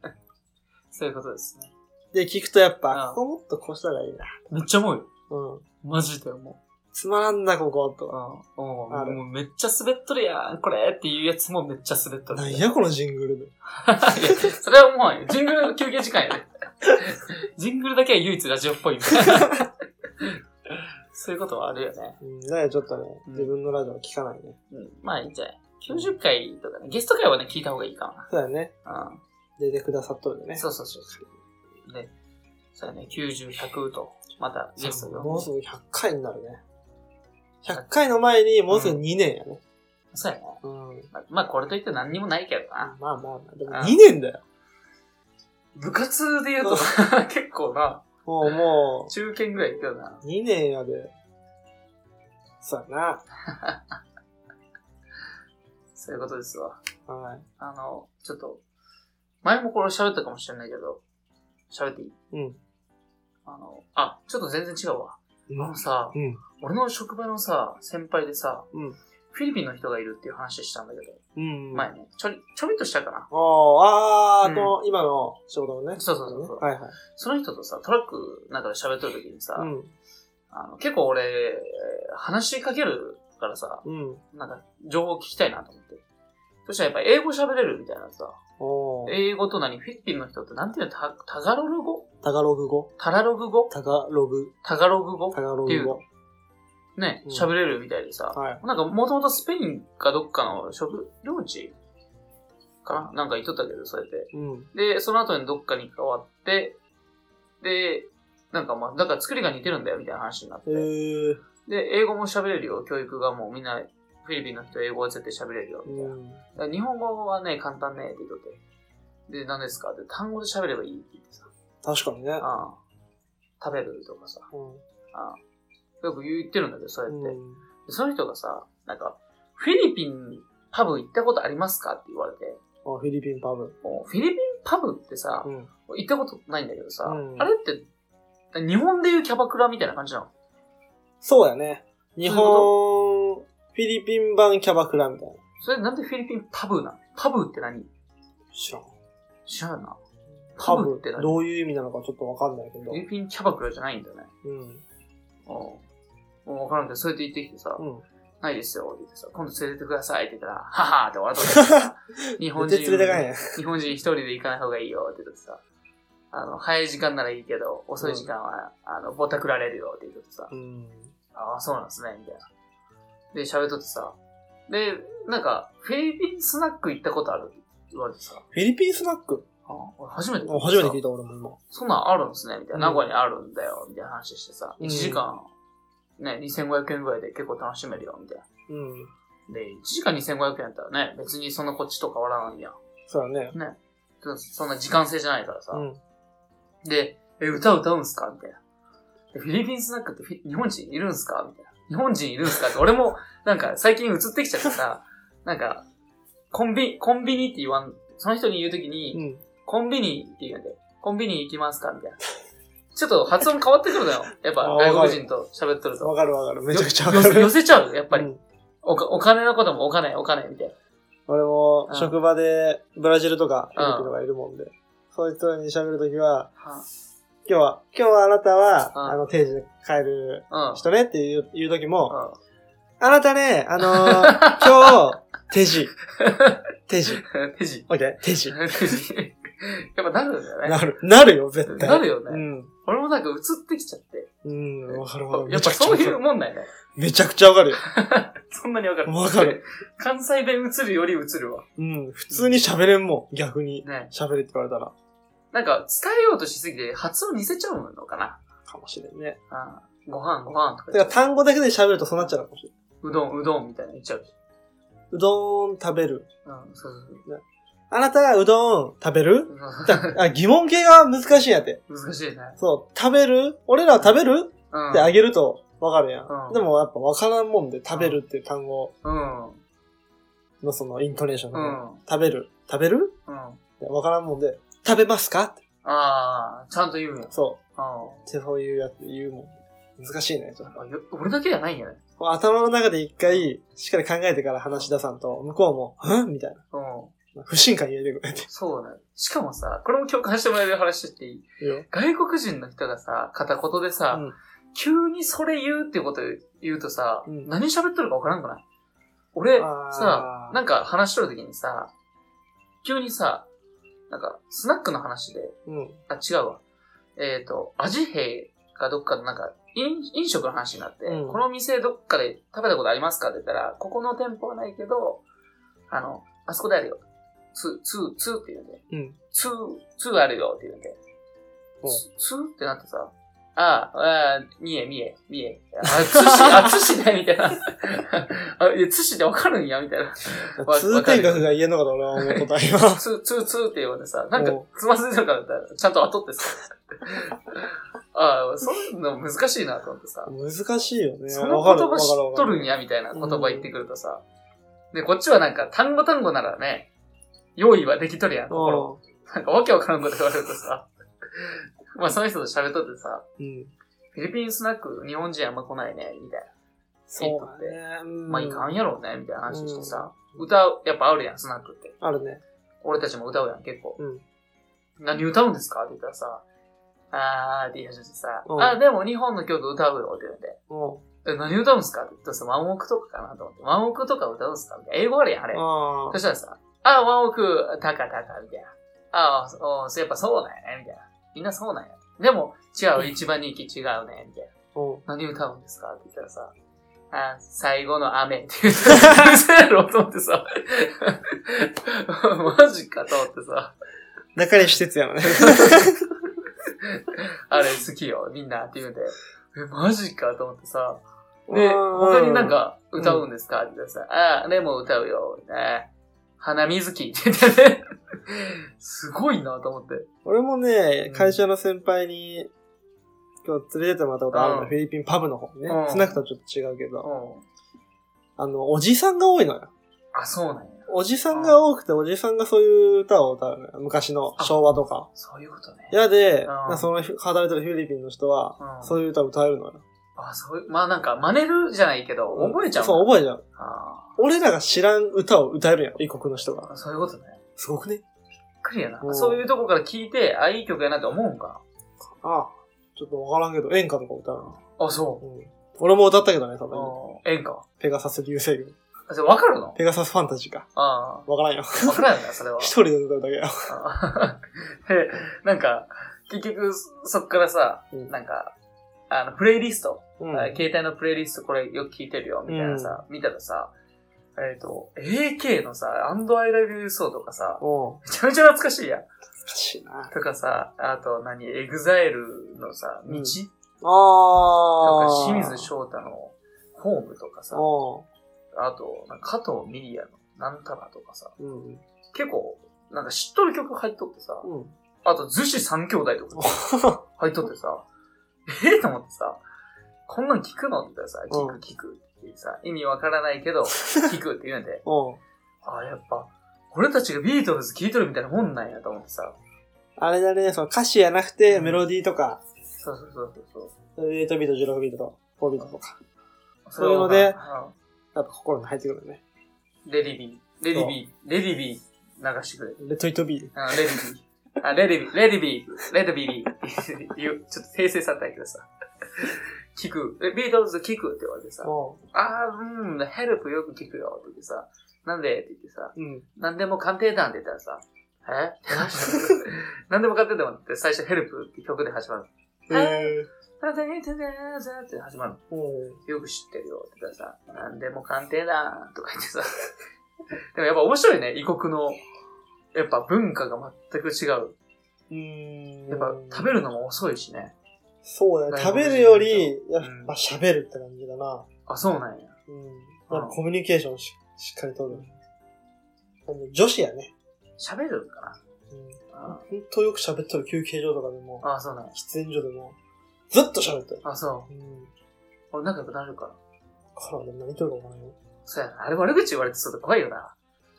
S2: そういうことですね。
S1: う。で、聞くとやっ
S2: うん
S1: ぱ、ここもっとこうしたらいいな。
S2: めっちゃ思うよ。
S1: うん。
S2: マジで思う。
S1: つまらんな、ここ、と。
S2: うん。もう
S1: ある
S2: もうめっちゃ滑っとるやん、これっていうやつもめっちゃ滑っとる。
S1: なん
S2: い
S1: や、このジングルで。
S2: や それは思わんよ。ジングル休憩時間やで。ジングルだけは唯一ラジオっぽいみたいな。 そういうことはあるよね。
S1: うん。だからちょっとね、
S2: うん
S1: 自分のラジオは聞かないね。
S2: うん。まあいいんじゃない。90回とかね、ゲスト回はね、聞いた方がいいか
S1: そうだね。
S2: な。
S1: 出てくださっとるんで
S2: うん。
S1: ね。
S2: そうそうそうそう。で、そうやね、90、100と、またゲスト
S1: もうす
S2: よ。
S1: ぐ100回になるね。100回の前に、もうすぐ2年やね。
S2: そうやね。
S1: うん。
S2: まあまあこれといって何にもないけどな。
S1: まあまあまあ、でも
S2: うん
S1: 2年だよ。
S2: 部活で言うと、 結構な、
S1: もうも
S2: 中堅ぐらいいくよな。
S1: う、2年やで。そうや
S2: そういうことですわ。
S1: な。はい。
S2: あの、ちょっと、前もこれ喋ったかもしれないけど、喋っていい
S1: うん。
S2: あの、あ、ちょっと全然違うわ。あのさ、
S1: うん。
S2: 俺の職場のさ、先輩でさ、
S1: うん
S2: フィリピンの人がいるっていう話したんだけど、
S1: うん。
S2: 前ね、ちょり、ちょびっとしたかな。
S1: おー、あー、あ
S2: う
S1: と、今の仕事のね。
S2: そうそうそうそう
S1: はいはい。
S2: その人とさ、トラックなんかで喋っとる時にさ、
S1: うん。
S2: あの結構俺、えー話しかけるからさ、
S1: うん。
S2: なんか情報聞きたいなと思って。そしたらやっぱ英語喋れるみたいなさ、
S1: おー。
S2: 英語と何フィリピンの人ってなんていうのタタガロル語
S1: タガログ語
S2: タラログ語
S1: タガログ。
S2: タガログ語
S1: タガロ
S2: ってい
S1: グ
S2: う
S1: 語。
S2: ね、
S1: うん
S2: 喋れるみたいでさ、
S1: はい。
S2: なんかもともとスペインかどっかの食領地かななんか行っとったけど、そうやって。
S1: うん。
S2: で、その後にどっかに変わって、で、なんかまあ、だから作りが似てるんだよみたいな話になって。
S1: えー。
S2: で、英語も喋れるよ、教育がもうみんな、フィリピンの人英語は絶対喋れるよ、
S1: う
S2: みたいな。だ
S1: ん。
S2: から日本語はね、簡単ね、って言っとって。で、何ですかって単語で喋ればいいって言ってさ、
S1: 確かにね。
S2: ああ食べるとかさ、
S1: う
S2: ああよく言ってるんだけど、そうやって。
S1: ん。うん
S2: でその人がさ、なんか、フィリピンパブ行ったことありますかって言われて、
S1: あフィリピンパブ。
S2: もうフィリピンパブってさ、
S1: うん。
S2: 行ったことないんだけどさ、
S1: うん
S2: あれって、日本でいうキャバクラみたいな感じなの
S1: そうやね。日
S2: そうい
S1: 本、
S2: う
S1: フィリピン版キャバクラみたいな。
S2: それなんでフィリピンパブなのパブって何
S1: 知らん。
S2: 知らんな。パ
S1: パ
S2: ブっ
S1: ブ
S2: て何
S1: どういう意味なのかちょっとわかんないけど
S2: フィ。リピンキャバクラじゃないんだよね。
S1: うん。
S2: うん。もう分からんけど、それで行ってきてさ、
S1: うん。
S2: ないですよ、って言ってさ、今度連れてってくださいって言ったら、ははーって笑っとっ たからさ日本人
S1: 絶対連れてかへん。
S2: 日本人一人で行かない方がいいよって言ってさ、あの、早い時間ならいいけど、遅い時間は、あの、ぼったくられるよって言ってさ、
S1: うん。
S2: ああ、そうなんですね、みたいな。で、喋っとってさ、で、なんか、フィリピンスナック行ったことあるって言われてさ、
S1: フィリピンスナック
S2: あ俺初めて
S1: あ初めて聞い
S2: た。
S1: た俺も今。
S2: そんなんあるんですね、みたいな。
S1: う
S2: 名
S1: ん
S2: 古屋にあるんだよ、みたいな話してさ、
S1: うん
S2: 1時間、ね、2500円ぐらいで結構楽しめるよ、みたいな。
S1: うん。
S2: で、1時間2500円やったらね、別にそんなこっちと変わらないやん。
S1: そうだね。
S2: そそんな時間制じゃないからさ、
S1: うん。
S2: で、え、歌歌うんすかみたいな。でフィリピンスナックってフィ日本人いるんすかみたいな。日本人いるんすかって、俺も、なんか最近映ってきちゃってさ、 なんか、コンビ、コンビニって言わん、その人に言うときに、
S1: うん。
S2: コンビニって言うんで、コンビニ行きますかみたいな。ちょっと発音変わってくるのよ。やっぱ
S1: あ
S2: 外国人と喋っとると。
S1: わかるわかる。めちゃくちゃわ
S2: よ
S1: かる。
S2: 寄せちゃうよ、やっぱり。
S1: うん
S2: おかお金のこともお金、お金、みたいな。
S1: 俺も
S2: うん
S1: 職場でブラジルとかフ
S2: うん
S1: ィリピンとかいるもんで、そういう人に喋るときは、
S2: は
S1: 今日は、今日はあなたは、
S2: うん
S1: あの、定時で帰る
S2: うん。
S1: 人ねっていう言うときも、
S2: うん
S1: あなたね、あのー 今日、定時。定時。
S2: 手時。
S1: オッケー定時。
S2: 手時。やっぱなるんだよね。
S1: なる。なるよ、絶対。
S2: なるよね
S1: うん。
S2: 俺もなんか映ってきちゃって。
S1: うん、わかるわかる。
S2: や
S1: め
S2: っ
S1: ち
S2: ぱ
S1: ゃくちゃ
S2: そう
S1: わか
S2: いう
S1: る。
S2: もんなんやね。
S1: めちゃくちゃわかるよ。
S2: そんなにわかる。
S1: わかる。
S2: 関西弁映るより映るわ。
S1: うん、普通に喋れんもん、逆に。
S2: ね。
S1: 喋れって言われたら。
S2: なんか伝えようとしすぎて発音似せちゃうのかな。
S1: かもしれんね。
S2: あーご飯ご飯と
S1: だか
S2: か言
S1: ら
S2: っちゃ
S1: 単語だけで喋るとそうなっちゃうのかもしれん。
S2: う。うどんうどんみたいな言っちゃうし。
S1: うどん食べる。
S2: うん、そうそう
S1: あなたがうどん食べ る
S2: そう
S1: だあ疑問形が難しいんやって。
S2: うん。難しいね。
S1: そう、食べる俺らは食べる
S2: うん。
S1: ってあげるとわかるや
S2: うん
S1: ん。でもやっぱわからんもんで、食べるっていう単語
S2: うん。うん。
S1: のそのイントネーション
S2: う
S1: が
S2: ん。
S1: 食べる食べる
S2: あ
S1: ってわからんもんで、食べますかって
S2: あー、ちゃんと言うんや。
S1: そ
S2: あ
S1: う。ってそういうやつ言うもん。難しいね、ちょっと。
S2: ーあよ俺だけじゃないんやね。
S1: こう頭の中で一回、しっかり考えてから話し出さんと、向こうも、んみたい
S2: うん。
S1: な。不信感入れてくれて。
S2: そうだね。しかもさ、これも共感してもらえる話していい
S1: いいよ。
S2: 外国人の人がさ、片言で
S1: う
S2: さ、
S1: ん。
S2: 急にそれ言うってこと言うとさ、
S1: うん
S2: 何喋ってるかわからんくない俺、
S1: あー
S2: さ、なんか話しとるときにさ、急にさ、なんか、スナックの話で、
S1: うん。
S2: あ、違うわ。えっ、と、アジヘイかどっかのなんか、飲飲食の話になって、
S1: うん
S2: この店どっかで食べたことありますかって言ったら、ここの店舗はないけど、あの、あそこであるよ。ツー、ツー、ツーって言うんで、
S1: うん。
S2: ツー、ツーあるよって言うんで
S1: お。
S2: ツーってなってさ、ああ、あー見え見え、見え。あ、 つし、あ、つしだみたいな。 あ、いや、つしでわかるんや、みたいな。わ
S1: 通天閣が言えんのかと俺は思うことあります。
S2: ツー、ツー、ツーって言われてさ、なんか
S1: お、
S2: つまずいてるからだったら、ちゃんと後ってさ。ああ、そういうの難しいなと思ってさ。
S1: 難しいよね。
S2: その
S1: わか
S2: 言
S1: るわか
S2: 葉
S1: る
S2: 知っ
S1: わか
S2: と
S1: る。
S2: るんや、みたいな言葉言ってくるとさ。で、こっちはなんか、単語単語ならね、用意はできとるやん、心。なんかわけわからんこと言われるとさ、まあその人と喋っとってさ、
S1: うん。うん。
S2: フィリピンスナック日本人あんま来ないね、みたい
S1: そうだね。うん
S2: な。まあいかんやろうね、みたいな話してさ、歌う、やっぱあるやん、スナックって。
S1: あるね。
S2: 俺たちも歌うやん、結構。
S1: うん
S2: 何歌うんですかって言ったらさ、あーって言い始めてさ、
S1: うん
S2: あ、でも日本の曲歌うよって言うんで、
S1: うん。
S2: え何歌うんすかって言ったらさ、ワンオクとかかなと思って、ワンオクとか歌うんすかみたいな。英語あるやん、あれ。
S1: あ
S2: そしたらさ、あ、ワンオク、タカタカ、みたいな。あおそうやっぱそうなんやね、みたいな。みんなそうなんや。でも、違う、一番人気違うね、みたい
S1: あ。うん。
S2: な。何歌うんですかって言ったらさ、あ最後の雨って 言って、嘘やろと思ってさ、 マジかと思ってさ、
S1: 中西哲也のね。
S2: あれ好きよ、みんなって言うんで、え、マジかと思ってさ、で、他になんか歌うんですかって言ったらさ、ああ、でも歌うよ。ね、花水木って言ってね。すごいなと思って。
S1: 俺もね
S2: うん、
S1: 会社の先輩に、今日連れてってもらったことあるの、
S2: うん
S1: フィリピンパブの方にね
S2: うん。
S1: スナックとはちょっと違うけ
S2: う
S1: ど、
S2: ん。
S1: あの、おじさんが多いのよ。
S2: あ、そうなんや。
S1: おじさんが多くて、おじさんがそういう歌を歌うのよ。昔の昭和とか。
S2: そういうことね。
S1: やで、
S2: ん
S1: なんかその働いてるフィリピンの人は、
S2: うん
S1: そういう歌歌えるのよ。
S2: あ、そういう、まあなんか真似るじゃないけど、覚えちゃう。
S1: そう、覚えちゃう。
S2: あ
S1: 俺らが知らん歌を歌えるやん、異国の人が。
S2: あ、そういうことね。
S1: すごくね
S2: びっくりやな
S1: う。ん
S2: そういうとこから聞いて、あ、いい曲やなって思うんか
S1: ああちょっとわからんけど、演歌とか歌うの。
S2: な。あ、そう。
S1: うん。俺も歌ったけどね、多分。
S2: あ演歌。
S1: ペガサス流星群。
S2: あ、それわかるの
S1: ペガサスファンタジーか。
S2: あ
S1: わからんよ。。
S2: あ、わからんよな、それは
S1: 一人で歌うだけよ。
S2: あー で、なんか、結局、そっからさ、
S1: うん
S2: なんか、あの、プレイリスト、
S1: うん。
S2: あ携帯のプレイリストこれよく聞いてるよ、みたいなさ、見たらさ、えっ、と、AK のさ、アンドアイラビューソーとかさ、
S1: おう
S2: めちゃめちゃ懐かしいやん。
S1: 難しいな。
S2: とかさ、あと何、エグザイルのさ、道、
S1: うん
S2: と
S1: あ
S2: か清水翔太のホームとかさ、
S1: お
S2: あと、なんか加藤ミリアのなんたらとかさ、
S1: ううん。
S2: 結構、なんか知っとる曲入っとってさ、
S1: うん。
S2: あと、逗子三兄弟とか 入っとってさ、ええと思ってさ、こんなん聞くのって言ったらさ、聞
S1: う
S2: く聞くってさ、意味わからない けど、聞くって言うんで、
S1: おう
S2: ああ、やっぱ、俺たちがビートルズ聴いとるみたいなもんなんやと思ってさ、
S1: あれだね、その歌詞じゃなくて、
S2: うん
S1: メロディーとか、
S2: そうそうそうそう。
S1: 8ビート、16ビートと、4ビートとか。
S2: それ
S1: そ
S2: を
S1: ういうので
S2: う
S1: やっぱ心に入ってくるね。
S2: んレディビー、レディビー、レディビー流してくれ。
S1: レトイトビー。
S2: あレディビー。あ、レディビー、レディビー、レディビー って言う、ちょっと訂正されたんやけどさ、聞く、えビートルズ聞くって言われてさ、
S1: おう
S2: ああ、うん、ヘルプよく聞くよ、って言ってさ、なんでって言ってさ、
S1: うん。
S2: なんでも鑑定団って言ったらさ、えなんでも鑑定団って最初ヘルプって曲で始まる。
S1: へえ。
S2: ただいただざって始まる
S1: うん。
S2: の。よく知ってるよって言ったらさ、なんでも鑑定だとか言ってさ。 でもやっぱ面白いね、異国の、やっぱ文化が全く違う。
S1: うーん。
S2: やっぱ食べるのも遅いしね。
S1: そうね。
S2: 外
S1: 食
S2: 国
S1: べ
S2: 人
S1: るより、やっ
S2: うん
S1: ぱ喋るって感じだな。
S2: あ、そうなんや。
S1: うん。なんかコミュニケーションししっかりとる。あの女子やね。
S2: 喋るんかな。
S1: うん。
S2: あ
S1: ほんとよく喋っとる休憩所とかでも、
S2: あ、そうなんや。
S1: 喫煙所でも、ずっと喋ってる。
S2: あ、そ
S1: うん。だ
S2: う。俺仲良くなるから。
S1: からね何言ってるかわからんよ。
S2: そうやな。あれ悪口言われてちょっと怖いよな。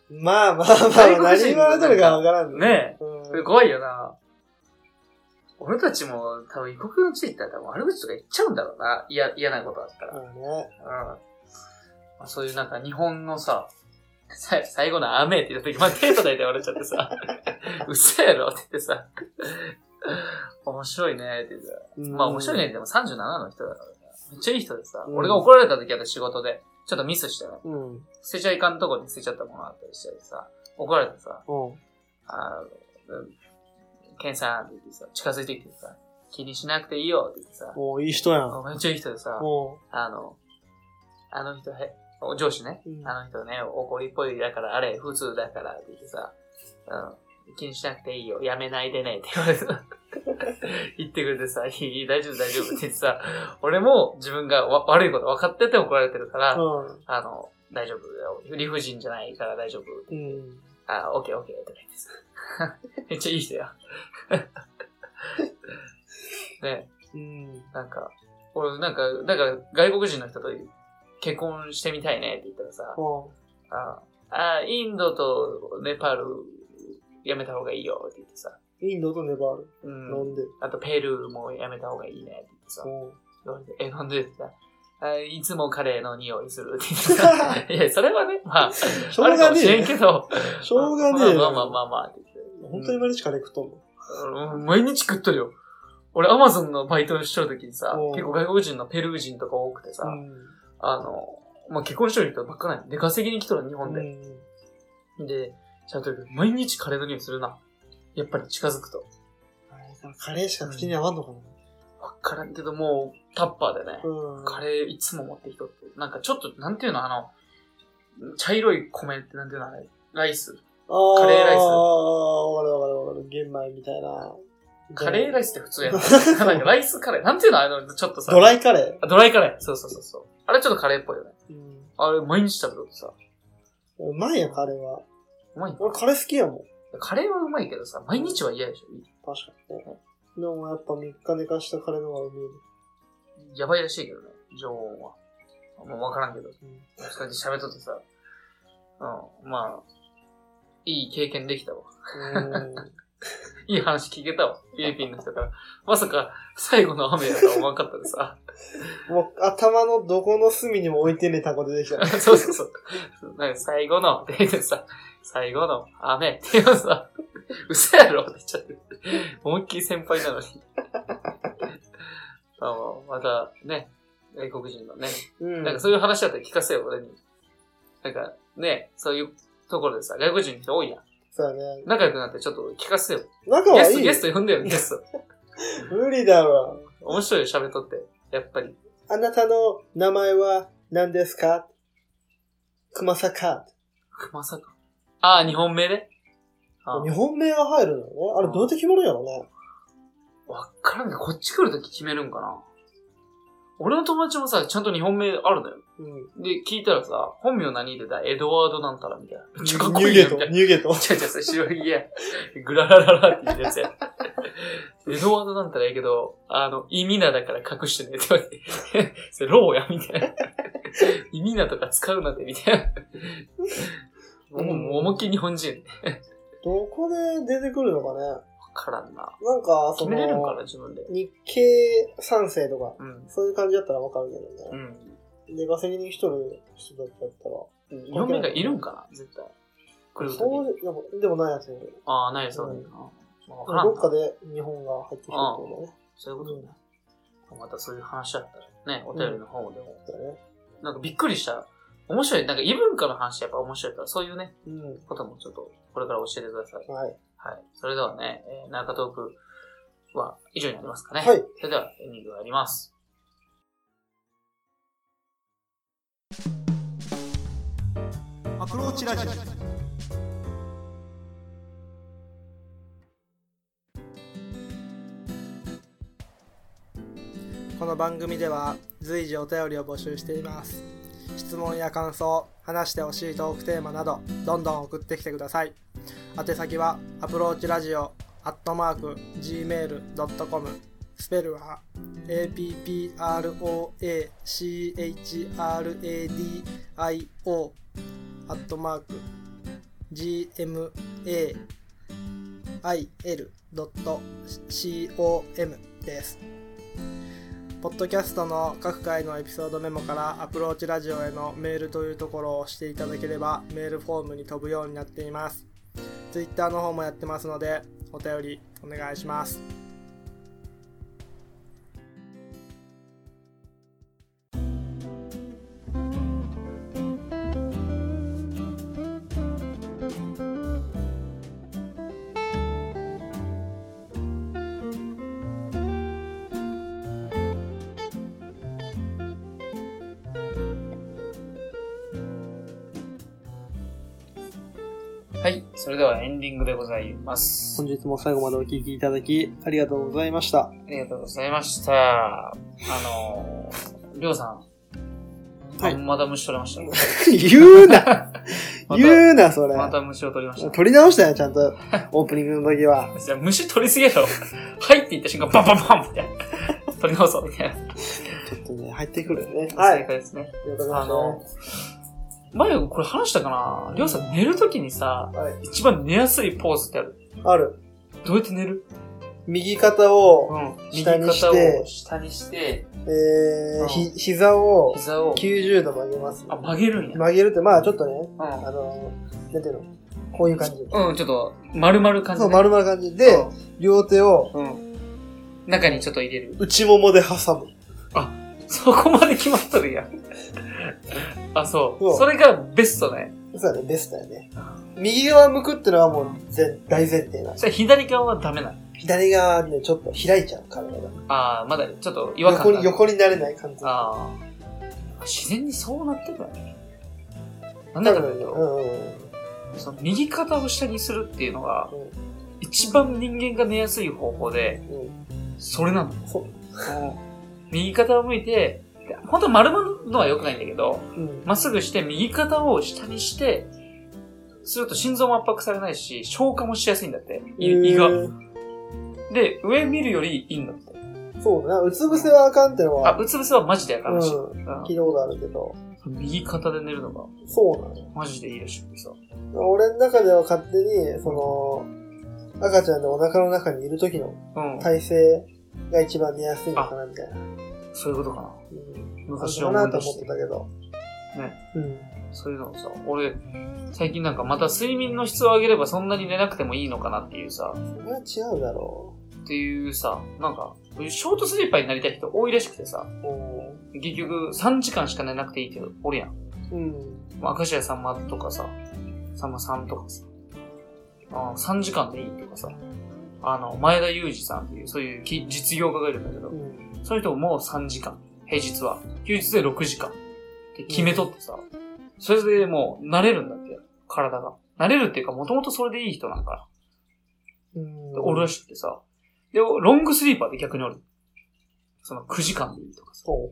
S1: まあまあまあ、
S2: 外国
S1: 何
S2: 人
S1: 言
S2: の
S1: われてるかわからん。
S2: ね
S1: うん
S2: え。怖いよな。俺たちも多分異国の地行ったら多分悪口とか言っちゃうんだろうな。嫌、嫌なことあったら。
S1: まあね。
S2: うんまあ、そういうなんか日本のさ、さ最後の雨って言った時、まあ、手叩いて笑っちゃってさ、 嘘やろって言ってさ、面白いねって言ってさ、
S1: うん
S2: まあ面白いね。でも37の人だからね。めっちゃいい人でさ、
S1: うん
S2: 俺が怒られた時あった仕事で、ちょっとミスしてね、
S1: うん。うん。
S2: 捨てちゃいかんとこに捨てちゃったものあったりしてさ、怒られてさ、あの、うんケンさんって言ってさ、近づいてきてさ、気にしなくていいよって言ってさ、
S1: もういい人やん。
S2: めっちゃいい人でさ、
S1: も
S2: あの、あの人へ、お上司ね、
S1: うん
S2: あの人ね、怒りっぽいだから、あれ、普通だからって言ってさ、うん、気にしなくていいよ、やめないでねって言われてさ、 言ってくれてさ、いいいい、大丈夫、大丈夫って言ってさ、俺も自分がわ悪いこと分かってて怒られてるから、
S1: う。
S2: あの、大丈夫だよ、理不尽じゃないから大丈夫、
S1: うん。うん。
S2: あ、オッケーオッケーとか言ってさ、 めっちゃいい人や。 ねえ
S1: うん。
S2: なんか、俺なんか、だから外国人の人と結婚してみたいねって言ったらさ、
S1: も
S2: ああ、インドとネパールやめた方がいいよって言ってさ、
S1: う、インドとネパール
S2: う
S1: 飲
S2: ん。
S1: んで。
S2: あとペルーもやめた方がいいねって言ってさ、
S1: も
S2: 言われてえ、なんでって言ったらあいつもカレーの匂いするって言って さ、いや、それはね、まあ、
S1: う。しょ
S2: あ
S1: う
S2: るか
S1: が
S2: も
S1: ね
S2: しれん
S1: え。
S2: けど、
S1: しょうがねえ。
S2: まあまあまあまあまあって言って。
S1: 本当に毎日カレー食っとんの
S2: うん毎日食っとるよ。俺、アマゾンのバイトしてるときにさ、
S1: うん
S2: 結構外国人のペルー人とか多くてさ、あの、まあ、結婚してる人ばっかなんや出稼ぎに来とる日本
S1: う
S2: で。
S1: ん。
S2: で、ちゃんと毎日カレーの匂いするな。やっぱり近づくと。
S1: カレーしか口に合わんのかな
S2: わからんけど、もう、タッパーでね、
S1: うん。
S2: カレーいつも持ってきとって。なんかちょっと、なんていうの、あの、茶色い米ってなんていうの、あれ、ライス。
S1: あ
S2: カレーライス
S1: ああ、わかるわかるわかる。玄米みたいな。
S2: カレーラ
S1: イ
S2: イスって普 通やん。なんかライスカレー。なんていうの、あの、ちょっとさ。
S1: ドライカレ
S2: あドライカレー。そうそうそうそう。あれちょっとカレーっぽいよね。
S1: ーうん。
S2: あれ、毎日食べとってさ。
S1: うまいや、カレーは。
S2: うまいんか
S1: 俺カレー好きやもん。
S2: カレーはうまいけどさ、毎日は嫌でしょ。
S1: 確かにね。でもやっぱ3日寝かしたカレーの方がうめえね。
S2: やばいらしいけどね、常温は。もうわからんけど。
S1: うん
S2: そうやって喋っとってさ、うん、まあ、いい経験できたわ。
S1: うん。
S2: いい話聞けたわ。フィリピンの人から。まさか、最後の雨やとは思わんかったでさ。
S1: もう頭のどこの隅にも置いてねえタコ出てきた。
S2: そうそうそう。なんか最後の、って言ってさ、最後の雨って言うのさ、嘘やろって言っちゃって。思いっきり先輩なのに。 あのまたね、外国人のね、
S1: うん。
S2: なんかそういう話だったら聞かせよ、俺に。なんか、ね、そういうところでさ、外国人の人多いやん。
S1: そうやね。
S2: 仲良くなってちょっと聞かせよ。
S1: 仲
S2: ゲ
S1: は
S2: スト、
S1: いい
S2: ゲ。スト呼んだよ、ゲスト。
S1: 無理だろ。
S2: 面白いよ、喋っとって。やっぱり。
S1: あなたの名前は何ですか熊坂。
S2: まさか。ああ、日本名であ
S1: 日本名が入るのね。あれどうやって決まるんやろね。
S2: わっからんけど、こっち来るとき決めるんかな。俺の友達もさ、ちゃんと日本名あるのよ。
S1: うん。
S2: で、聞いたらさ、本名何出たエドワードなんたらみたいな。 めっちゃかっこ
S1: ニュー
S2: いい
S1: ゲ
S2: ね
S1: ー
S2: みた
S1: ト、
S2: いな。
S1: ニューゲート。
S2: 違う違う、それ白い家。グララララって言うやつや。エドワードなんたらええけど、あの、意味なだから隠してねって言われて。 それ、ローや、みたいな。意味なとか使うなって、みたいな。もう、もう思いっきり日本人。
S1: どこで出てくるのかね。
S2: わからんな。
S1: なんか、そ
S2: 決めれるんかな、
S1: の、
S2: 自分で。
S1: 日系三世とか、
S2: うん。
S1: そういう感じだったらわかるけどね。
S2: うん。
S1: 出稼ぎに来とる人だったら。
S2: 日本人がいるんかな、絶対。来る
S1: そ
S2: とき。
S1: うでも、でもないやつもいる。
S2: ああ、ない、そうだよな。わからん
S1: どっか
S2: な。
S1: で日本が入ってきてるってことね。
S2: そういうことね。またそういう話だったらね、お便りの方でも。
S1: だね。
S2: なんかびっくりした。面白い。なんか異文化の話やっぱ面白いから、そういうね、
S1: う
S2: こともちょっとこれから教えてください。
S1: ん。はい。
S2: はい。それではね、えー、中トーク、は以上になりますかね。
S1: はい。
S2: それでは、エンディングがあります。
S1: アプローチラジオ。この番組では随時お便りを募集しています。質問や感想、話してほしいトークテーマなど、どんどん送ってきてください。宛先はアプローチラジオアットマーク gmail.com スペルは approachradio アットマーク gmail.com です。ポッドキャストの各回のエピソードメモからアプローチラジオへのメールというところを押していただければメールフォームに飛ぶようになっています。Twitter の方もやってますのでお便りお願いします。
S2: はい。それではエンディングでございます。
S1: 日も最後までお聞きいただきありがとうございました。
S2: ありがとうございました。あのー、りょうさん。
S1: はい
S2: また虫取れま した。
S1: 言うな
S2: また
S1: 言うなそれ
S2: また虫を取りました。
S1: 取り直したよ、ちゃんと。オープニングの時は。
S2: じゃあ虫取りすぎやろ。 入っていった瞬間、バンバンバンみたいな。取り直そうみたいな。
S1: ちょっとね、入ってくるよね。
S2: 正。解ですね。
S1: あ
S2: あ
S1: の
S2: の、、前これ話したかなりょうさん寝るときにさ、
S1: はい。
S2: 一番寝やすいポーズってある。
S1: ある。
S2: どうやって寝る
S1: 右肩を、
S2: ん。右
S1: 下
S2: 肩
S1: にして
S2: を下にして、
S1: え
S2: う
S1: ー、
S2: ん
S1: ひ、膝を
S2: 膝を、
S1: 90度曲げます。
S2: あ、曲げるんや。
S1: 曲げるって、まあちょっとね、
S2: うん
S1: あの、なんていうのこういう感じ。
S2: うん、ちょっと、丸々感じ
S1: そう、
S2: ね
S1: 丸々感じで、両手を
S2: うん。うん中にちょっと入れる。
S1: 内ももで挟む。
S2: そこまで決まっとるやん。 あ、そう。
S1: そう
S2: それがベストね。
S1: そうだね、ベストだよね。右側向くってのはもう全大前提なの。
S2: それ左側はダメなの。
S1: 左側はね、ちょっと開いちゃう体が。
S2: ああ、まだちょっと違和感があ
S1: 横
S2: る
S1: に、横になれない感じ。
S2: ああ。自然にそうなってくるね。なん
S1: な
S2: だ
S1: るほ
S2: かと
S1: ど
S2: い
S1: ね
S2: うと、
S1: うんうんうん。
S2: その右肩を下にするっていうのが、
S1: うん
S2: 一番人間が寝やすい方法で、
S1: うん
S2: それなの。
S1: そう
S2: 右肩を向いて、で本当は丸まるのは良くないんだけど、
S1: うん
S2: まっすぐして右肩を下にして、すると心臓も圧迫されないし、消化もしやすいんだって。い胃
S1: え
S2: が。
S1: ー
S2: で、上見るよりいいんだって。
S1: そうだな、うつ伏せはあかんっての
S2: あ、
S1: は、
S2: うつ伏せはマジでやか
S1: うん、
S2: らしい。
S1: 聞いたことあるけど、
S2: うん右肩で寝るのが
S1: そうなのよ
S2: マジでいいらしくてさ。
S1: 俺の中では勝手に、その、赤ちゃんのお腹の中にいる時の
S2: うん。
S1: 体勢が一番寝やすいのかな、みたいな。
S2: そういうことかな。
S1: うん
S2: 昔
S1: な
S2: は
S1: のかないと
S2: 思出
S1: 思
S2: し
S1: ってて。たけど。
S2: ね。
S1: うん。
S2: そういうのをさ、俺、最近なんかまた睡眠の質を上げればそんなに寝なくてもいいのかなっていうさ、
S1: それは違うだろ
S2: っていうさ、なんか、ショートスリーパーになりたい人多いらしくてさ、
S1: う。う
S2: 結局3時間しか寝なくていいっていうおるやん。
S1: ん。
S2: まあ、明石家さんまとかさ、さんまさんとかさ、あ3時間でいいとかさ、あの、前田裕二さんっていう、そういうき実業家がいるんだけ
S1: う
S2: ど、
S1: ん。
S2: その人ももう3時間、平日は。休日で6時間。って決めとってさ、それでもう慣れるんだって、体が。慣れるっていうか、もともとそれでいい人なんか
S1: うん。
S2: な。で俺らしくてさ、で、ロングスリーパーで逆におる。その9時間でいいとかさ、
S1: そう。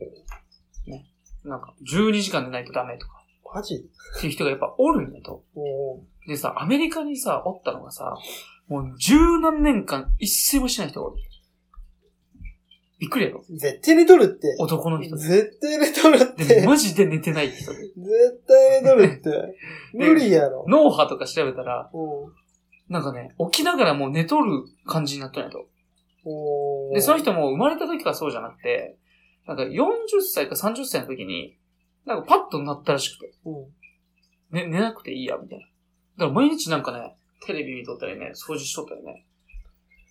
S2: なんか12時間でないとダメとか、
S1: マジ
S2: っていう人がやっぱおるんだと。
S1: も
S2: でさ、アメリカにさ、おったのがさ、もう十何年間一睡もしない人がおる。びっくりやろ
S1: う、絶対寝とるって。
S2: 男 の人で。
S1: 絶対寝とるって。
S2: で、マジで寝てない人で。
S1: 絶対寝とる って。無理やろ。
S2: 脳波とか調べたら、
S1: うん。
S2: なんかね、起きながらもう寝とる感じになっとるんやと。
S1: おー
S2: で、その人も生まれた時からそうじゃなくて、なんか40歳か30歳の時に、なんかパッとなったらしくて、
S1: うん。
S2: ね、寝なくていいや、みたいな。だから毎日なんかね、テレビ見とったりね、掃除しとったりね、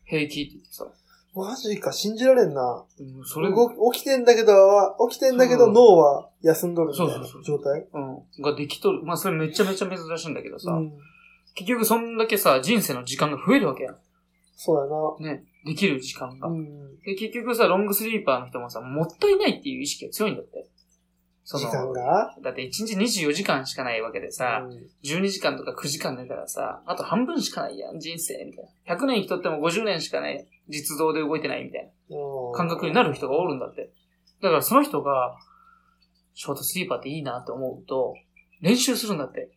S2: 平気って言ってさ、
S1: マジか、信じられんな。
S2: うん、それ
S1: 動き起きてんだけど、起きてんだけど
S2: うん
S1: 脳は休んどるみたいな
S2: そうそうそ
S1: 状態
S2: うん。ができとる。まあ、それめちゃめちゃ珍しいんだけどさ。
S1: うん。
S2: 結局、そんだけさ、人生の時間が増えるわけやん。
S1: そう
S2: ね。できる時間が。
S1: うん。
S2: で、結局さ、ロングスリーパーの人もさ、もったいないっていう意識が強いんだって。そ
S1: 時間
S2: の、
S1: が
S2: だって1日24時間しかないわけでさ、
S1: うん
S2: 12時間とか9時間だからさ、あと半分しかないやん、人生、みたいな。100年生きとっても50年しかない、実動で動いてないみたいな感覚になる人がおるんだって。だからその人が、ショートスリーパーっていいなって思うと、練習するんだって。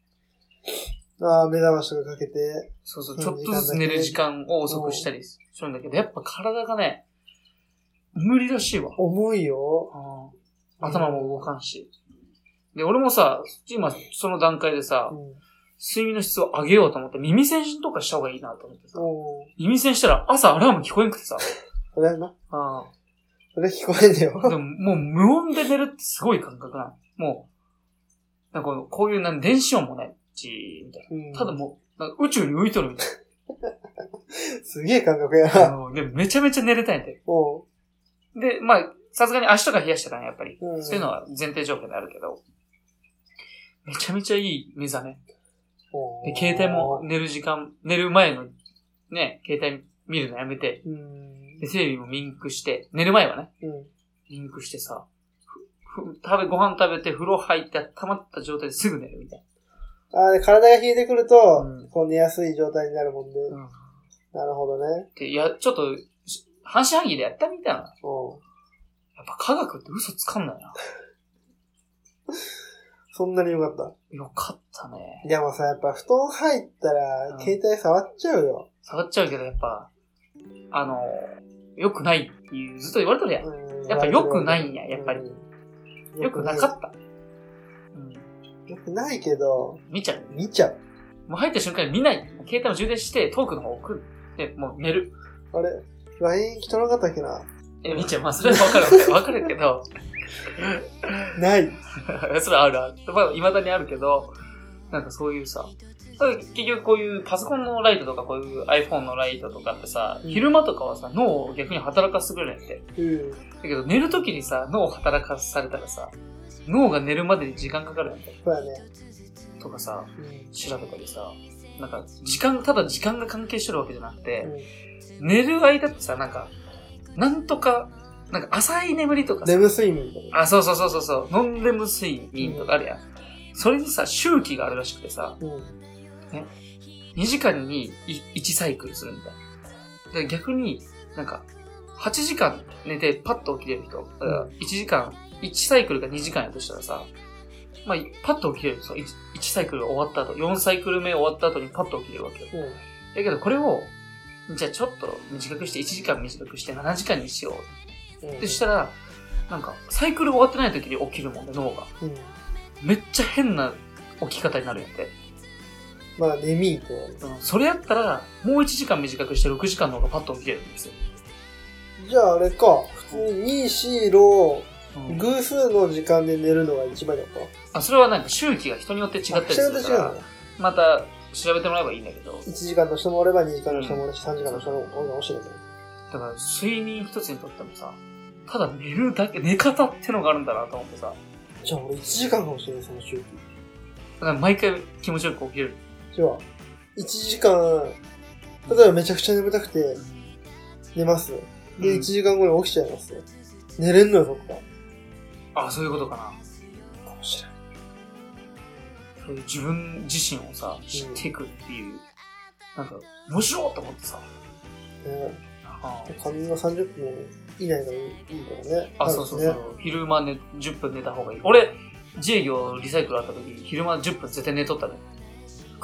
S1: ああ、目覚ましとかかけて。
S2: そうそう、
S1: うん
S2: ちょっとずつ寝る時間を遅くしたりするんだけど、やっぱ体がね、無理らしいわ。
S1: 重いよ。
S2: うん頭も動かんし。で、俺もさ、今、その段階でさ、
S1: うん。
S2: 睡眠の質を上げようと思って、耳栓とかした方がいいなと思ってさ。
S1: うん。
S2: 耳栓したら朝アラーム聞こえんくてさ。
S1: これはな、
S2: あ
S1: これ聞こえんだよ。
S2: あ。でも、もう無音で寝るってすごい感覚なの。もう、なんかこうこういうなん電子音もないし、みたい
S1: うん
S2: な。ただもう、なんか宇宙に浮いとるみたい
S1: すげえ感覚や
S2: な。あ
S1: な。
S2: ので、めちゃめちゃ寝れたいんだよ。
S1: おう。
S2: で、まあ、さすがに足とか冷やしてたね、やっぱり。
S1: うん
S2: そういうのは前提条件であるけど。めちゃめちゃいい目覚め。
S1: おう
S2: で、携帯も。寝る時間、寝る前の、ね、携帯見るのやめて、
S1: うん。
S2: で、テレビもミンクして、寝る前はね、
S1: うん。
S2: ミンクしてさ、ふふ食べ、ご飯食べて、風呂入って、温まった状態ですぐ寝るみたい
S1: ああ、で、体が冷えてくると
S2: うん、
S1: こう寝やすい状態になるもんで。
S2: な。
S1: なるほどね。
S2: で、いや、ちょっと、し半信半疑でやったみたいな。
S1: おう。
S2: やっぱ科学って嘘つかんないな。
S1: そんなによかった。
S2: よかったね。
S1: でもさ、やっぱ布団入ったら
S2: う、ん
S1: 携帯触っちゃうよ。
S2: 触っちゃうけど、やっぱ、あの、良くないっていう、ずっと言われとるやん。
S1: うん
S2: やっぱ良くないんや、やっぱり。。
S1: うん
S2: 良くなかった。うん。
S1: 良くないけど、
S2: 見ちゃう。
S1: 見ちゃう。
S2: もう入った瞬間に見ない。携帯も充電して、トークの方送って、もう寝る。
S1: あれ ?LINE 来となかったっけな
S2: え、見ちゃ う。まあ、それはわかるわかる。わかるけど、
S1: ない。
S2: それはあるある。まあ、未だにあるけど、なんかそういうさ、ただ結局こういうパソコンのライトとか、こういう iPhone のライトとかってさ、
S1: うん
S2: 昼間とかはさ、脳を逆に働かせてくれないって。
S1: うん。
S2: だけど、寝るときにさ、脳を働かされたらさ、脳が寝るまでに時間かかるやんて。
S1: そうだね。
S2: とかさ、
S1: うん
S2: 調べたりさ、なんか、時間、ただ時間が関係してるわけじゃなくて、
S1: うん
S2: 寝る間ってさ、なんか、なんとか、なんか浅い眠りとかさ
S1: レ、ム睡眠だね。
S2: あ、そうそうそうそうそう、ノンレム睡眠とかあるやん。それにさ、周期があるらしくてさ、
S1: うん。
S2: 2時間に1サイクルするみたいな。で逆に、なんか、8時間寝てパッと起きれる人、だから
S1: うん
S2: 1時間、1サイクルが2時間やとしたらさ、まあ、パッと起きれる。そう 1, サイクルが終わった後、4サイクル目終わった後にパッと起きれるわけよ。
S1: うん。
S2: だけどこれを、じゃあちょっと短くして、1時間短くして7時間にしよう
S1: うん
S2: でしたら、なんか、サイクル終わってない時に起きるもんね、脳が。
S1: うん。
S2: めっちゃ変な起き方になるんやって。
S1: まあ、ネミーと。
S2: うんそれやったら、もう1時間短くして6時間の方がパッと起きれるんですよ。
S1: じゃああれか、普通に2、4、6、
S2: うん
S1: 偶数の時間で寝るのが一番だった。
S2: あそれはなんか周期が人によって違ったりす
S1: 人によ
S2: る
S1: って
S2: か
S1: 違う
S2: ら
S1: の、
S2: また調べてもらえばいいんだけど、
S1: 1時間の人もおれば2時間の人もおるし、3時間の人もおるかもしれない。
S2: だから睡眠一つにとってもさ、ただ寝るだけ、寝方ってのがあるんだなと思ってさ、
S1: じゃあ俺1時間かもしれない、その周期。
S2: だから毎回気持ちよく起きれる。
S1: じゃあ、1時間、例えばめちゃくちゃ眠たくて寝ます。で、
S2: うん
S1: 1時間後に起きちゃいます。寝れんのよ、そっか。
S2: あ、そういうことかな。
S1: かもしれない。
S2: そういう自分自身をさ、知っていくっていう、なんか、面白いと思ってさ、
S1: ね
S2: あー
S1: 仮眠は30分以内がいいからね。
S2: あ、そうそうそ
S1: なるんで
S2: う。昼間ね、10分寝た方がいい。俺、自営業リサイクルあった時、昼間10分絶対寝とったね。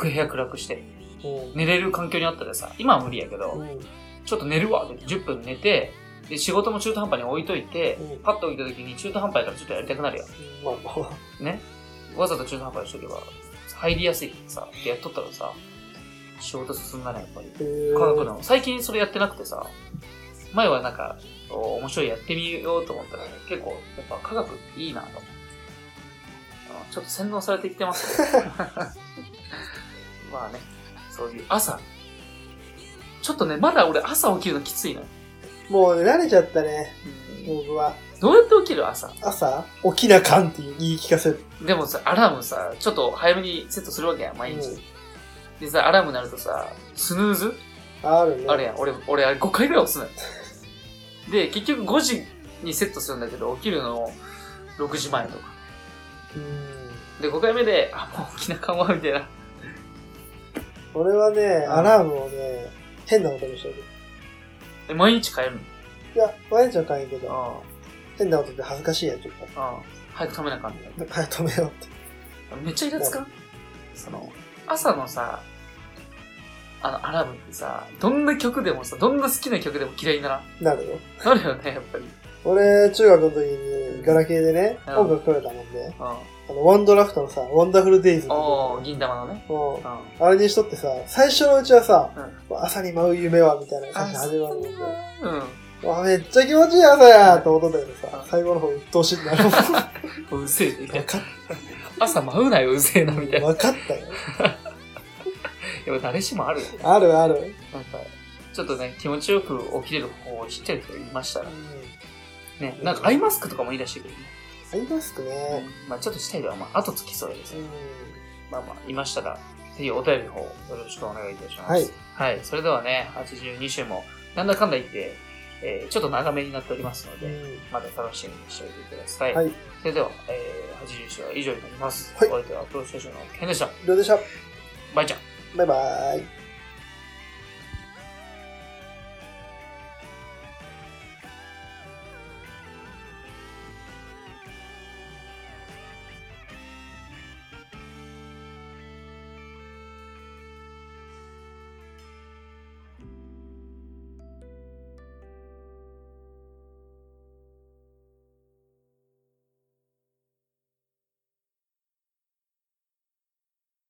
S2: 部屋暗くして。
S1: すね。
S2: 寝れる環境にあったでさ、今は無理やけ
S1: うん。う
S2: ど、
S1: ん。
S2: ちょっと寝るわって10分寝て、で、仕事も中途半端に置いといて
S1: うん、
S2: パッと起きた時に中途半端やからちょっとやりたくなるよ。
S1: まあまあまあ。
S2: ね。わざと中途半端にしとけば、入りやすいからさ、でやっとったらさ、仕事進んだね、やっぱり。
S1: へー
S2: 科学の。最近それやってなくてさ、前はなんか、お面白いやってみようと思ったら、ね、結構、やっぱ科学いいなと思って。あのちょっと洗脳されてきてます、ね、 まあね、そういう朝。ちょっとね、まだ俺朝起きるのきついのよ。
S1: もう慣れちゃったね、僕は。
S2: どうやって起きる朝。
S1: 朝、起きなかんっていう言い聞かせる。
S2: でもさ、アラームさ、ちょっと早めにセットするわけや、毎日。でさ、アラーム鳴るとさ、スヌーズ
S1: あるね。
S2: あれやん、俺、俺あれ5回ぐらい押すのよ。で、結局5時にセットするんだけど、起きるの6時前とか。
S1: うん。
S2: で、5回目で、あ、もう起きなあかんわ、みたいな。
S1: 俺はね、
S2: ん
S1: アラームをね、変な音にしてる。
S2: え、毎日帰るの
S1: いや、毎日は買えんけど、
S2: あ
S1: 変な音って恥ずかしいやん、ちょっと。
S2: あ、ああ、早く止めなあかんみたい
S1: だから止めようって。
S2: な。めっちゃイラつかんその、朝のさ、あの、アラームってさ、どんな曲でもさ、どんな好きな曲でも嫌いにならん。
S1: なるよ。
S2: なるよね、やっぱり。
S1: 俺、中学の時に、ガラケーでね、
S2: うん
S1: 音楽かけたもんで、
S2: うん。あ
S1: あの、ワンドラフトのさ、ワンダフルデイズ
S2: あ
S1: の、
S2: 銀玉のね。
S1: も
S2: うん。
S1: う、あれにしとってさ、最初のうちはさ
S2: うん、
S1: もう朝に舞う夢は、みたいな感じで始まるもんで、
S2: うん。
S1: わあめっちゃ気持ちいい朝やと思っとったけどさ
S2: う、ん
S1: 最後の方、鬱陶しいなるもん。分
S2: うるせえみたい
S1: かっ
S2: な。朝舞うなよ、うるせえな、みたいな。
S1: 分か ったよ。
S2: やっぱ誰しもあるよね。
S1: あるある。
S2: なんか、ちょっとね、気持ちよく起きれる方法を知ってる人いましたら、ね、なんかアイマスクとかもいいらしいけどね。
S1: アイマスクね。
S2: まあちょっとしたいでは、まあ後つきそうです
S1: う
S2: ね。
S1: ん。
S2: まあまあ、いましたら、ぜひお便りの方、よろしくお願いいたします。
S1: はい。
S2: はい。それではね、82週も、なんだかんだ言って、えーちょっと長めになっておりますので、また楽しみにしておいてください。
S1: はい。
S2: それでは、えー、80週は以上になります。
S1: はい
S2: お相手はアプローチステーションのケンでした。
S1: どうでした
S2: バイちゃん。
S1: バイバーイ。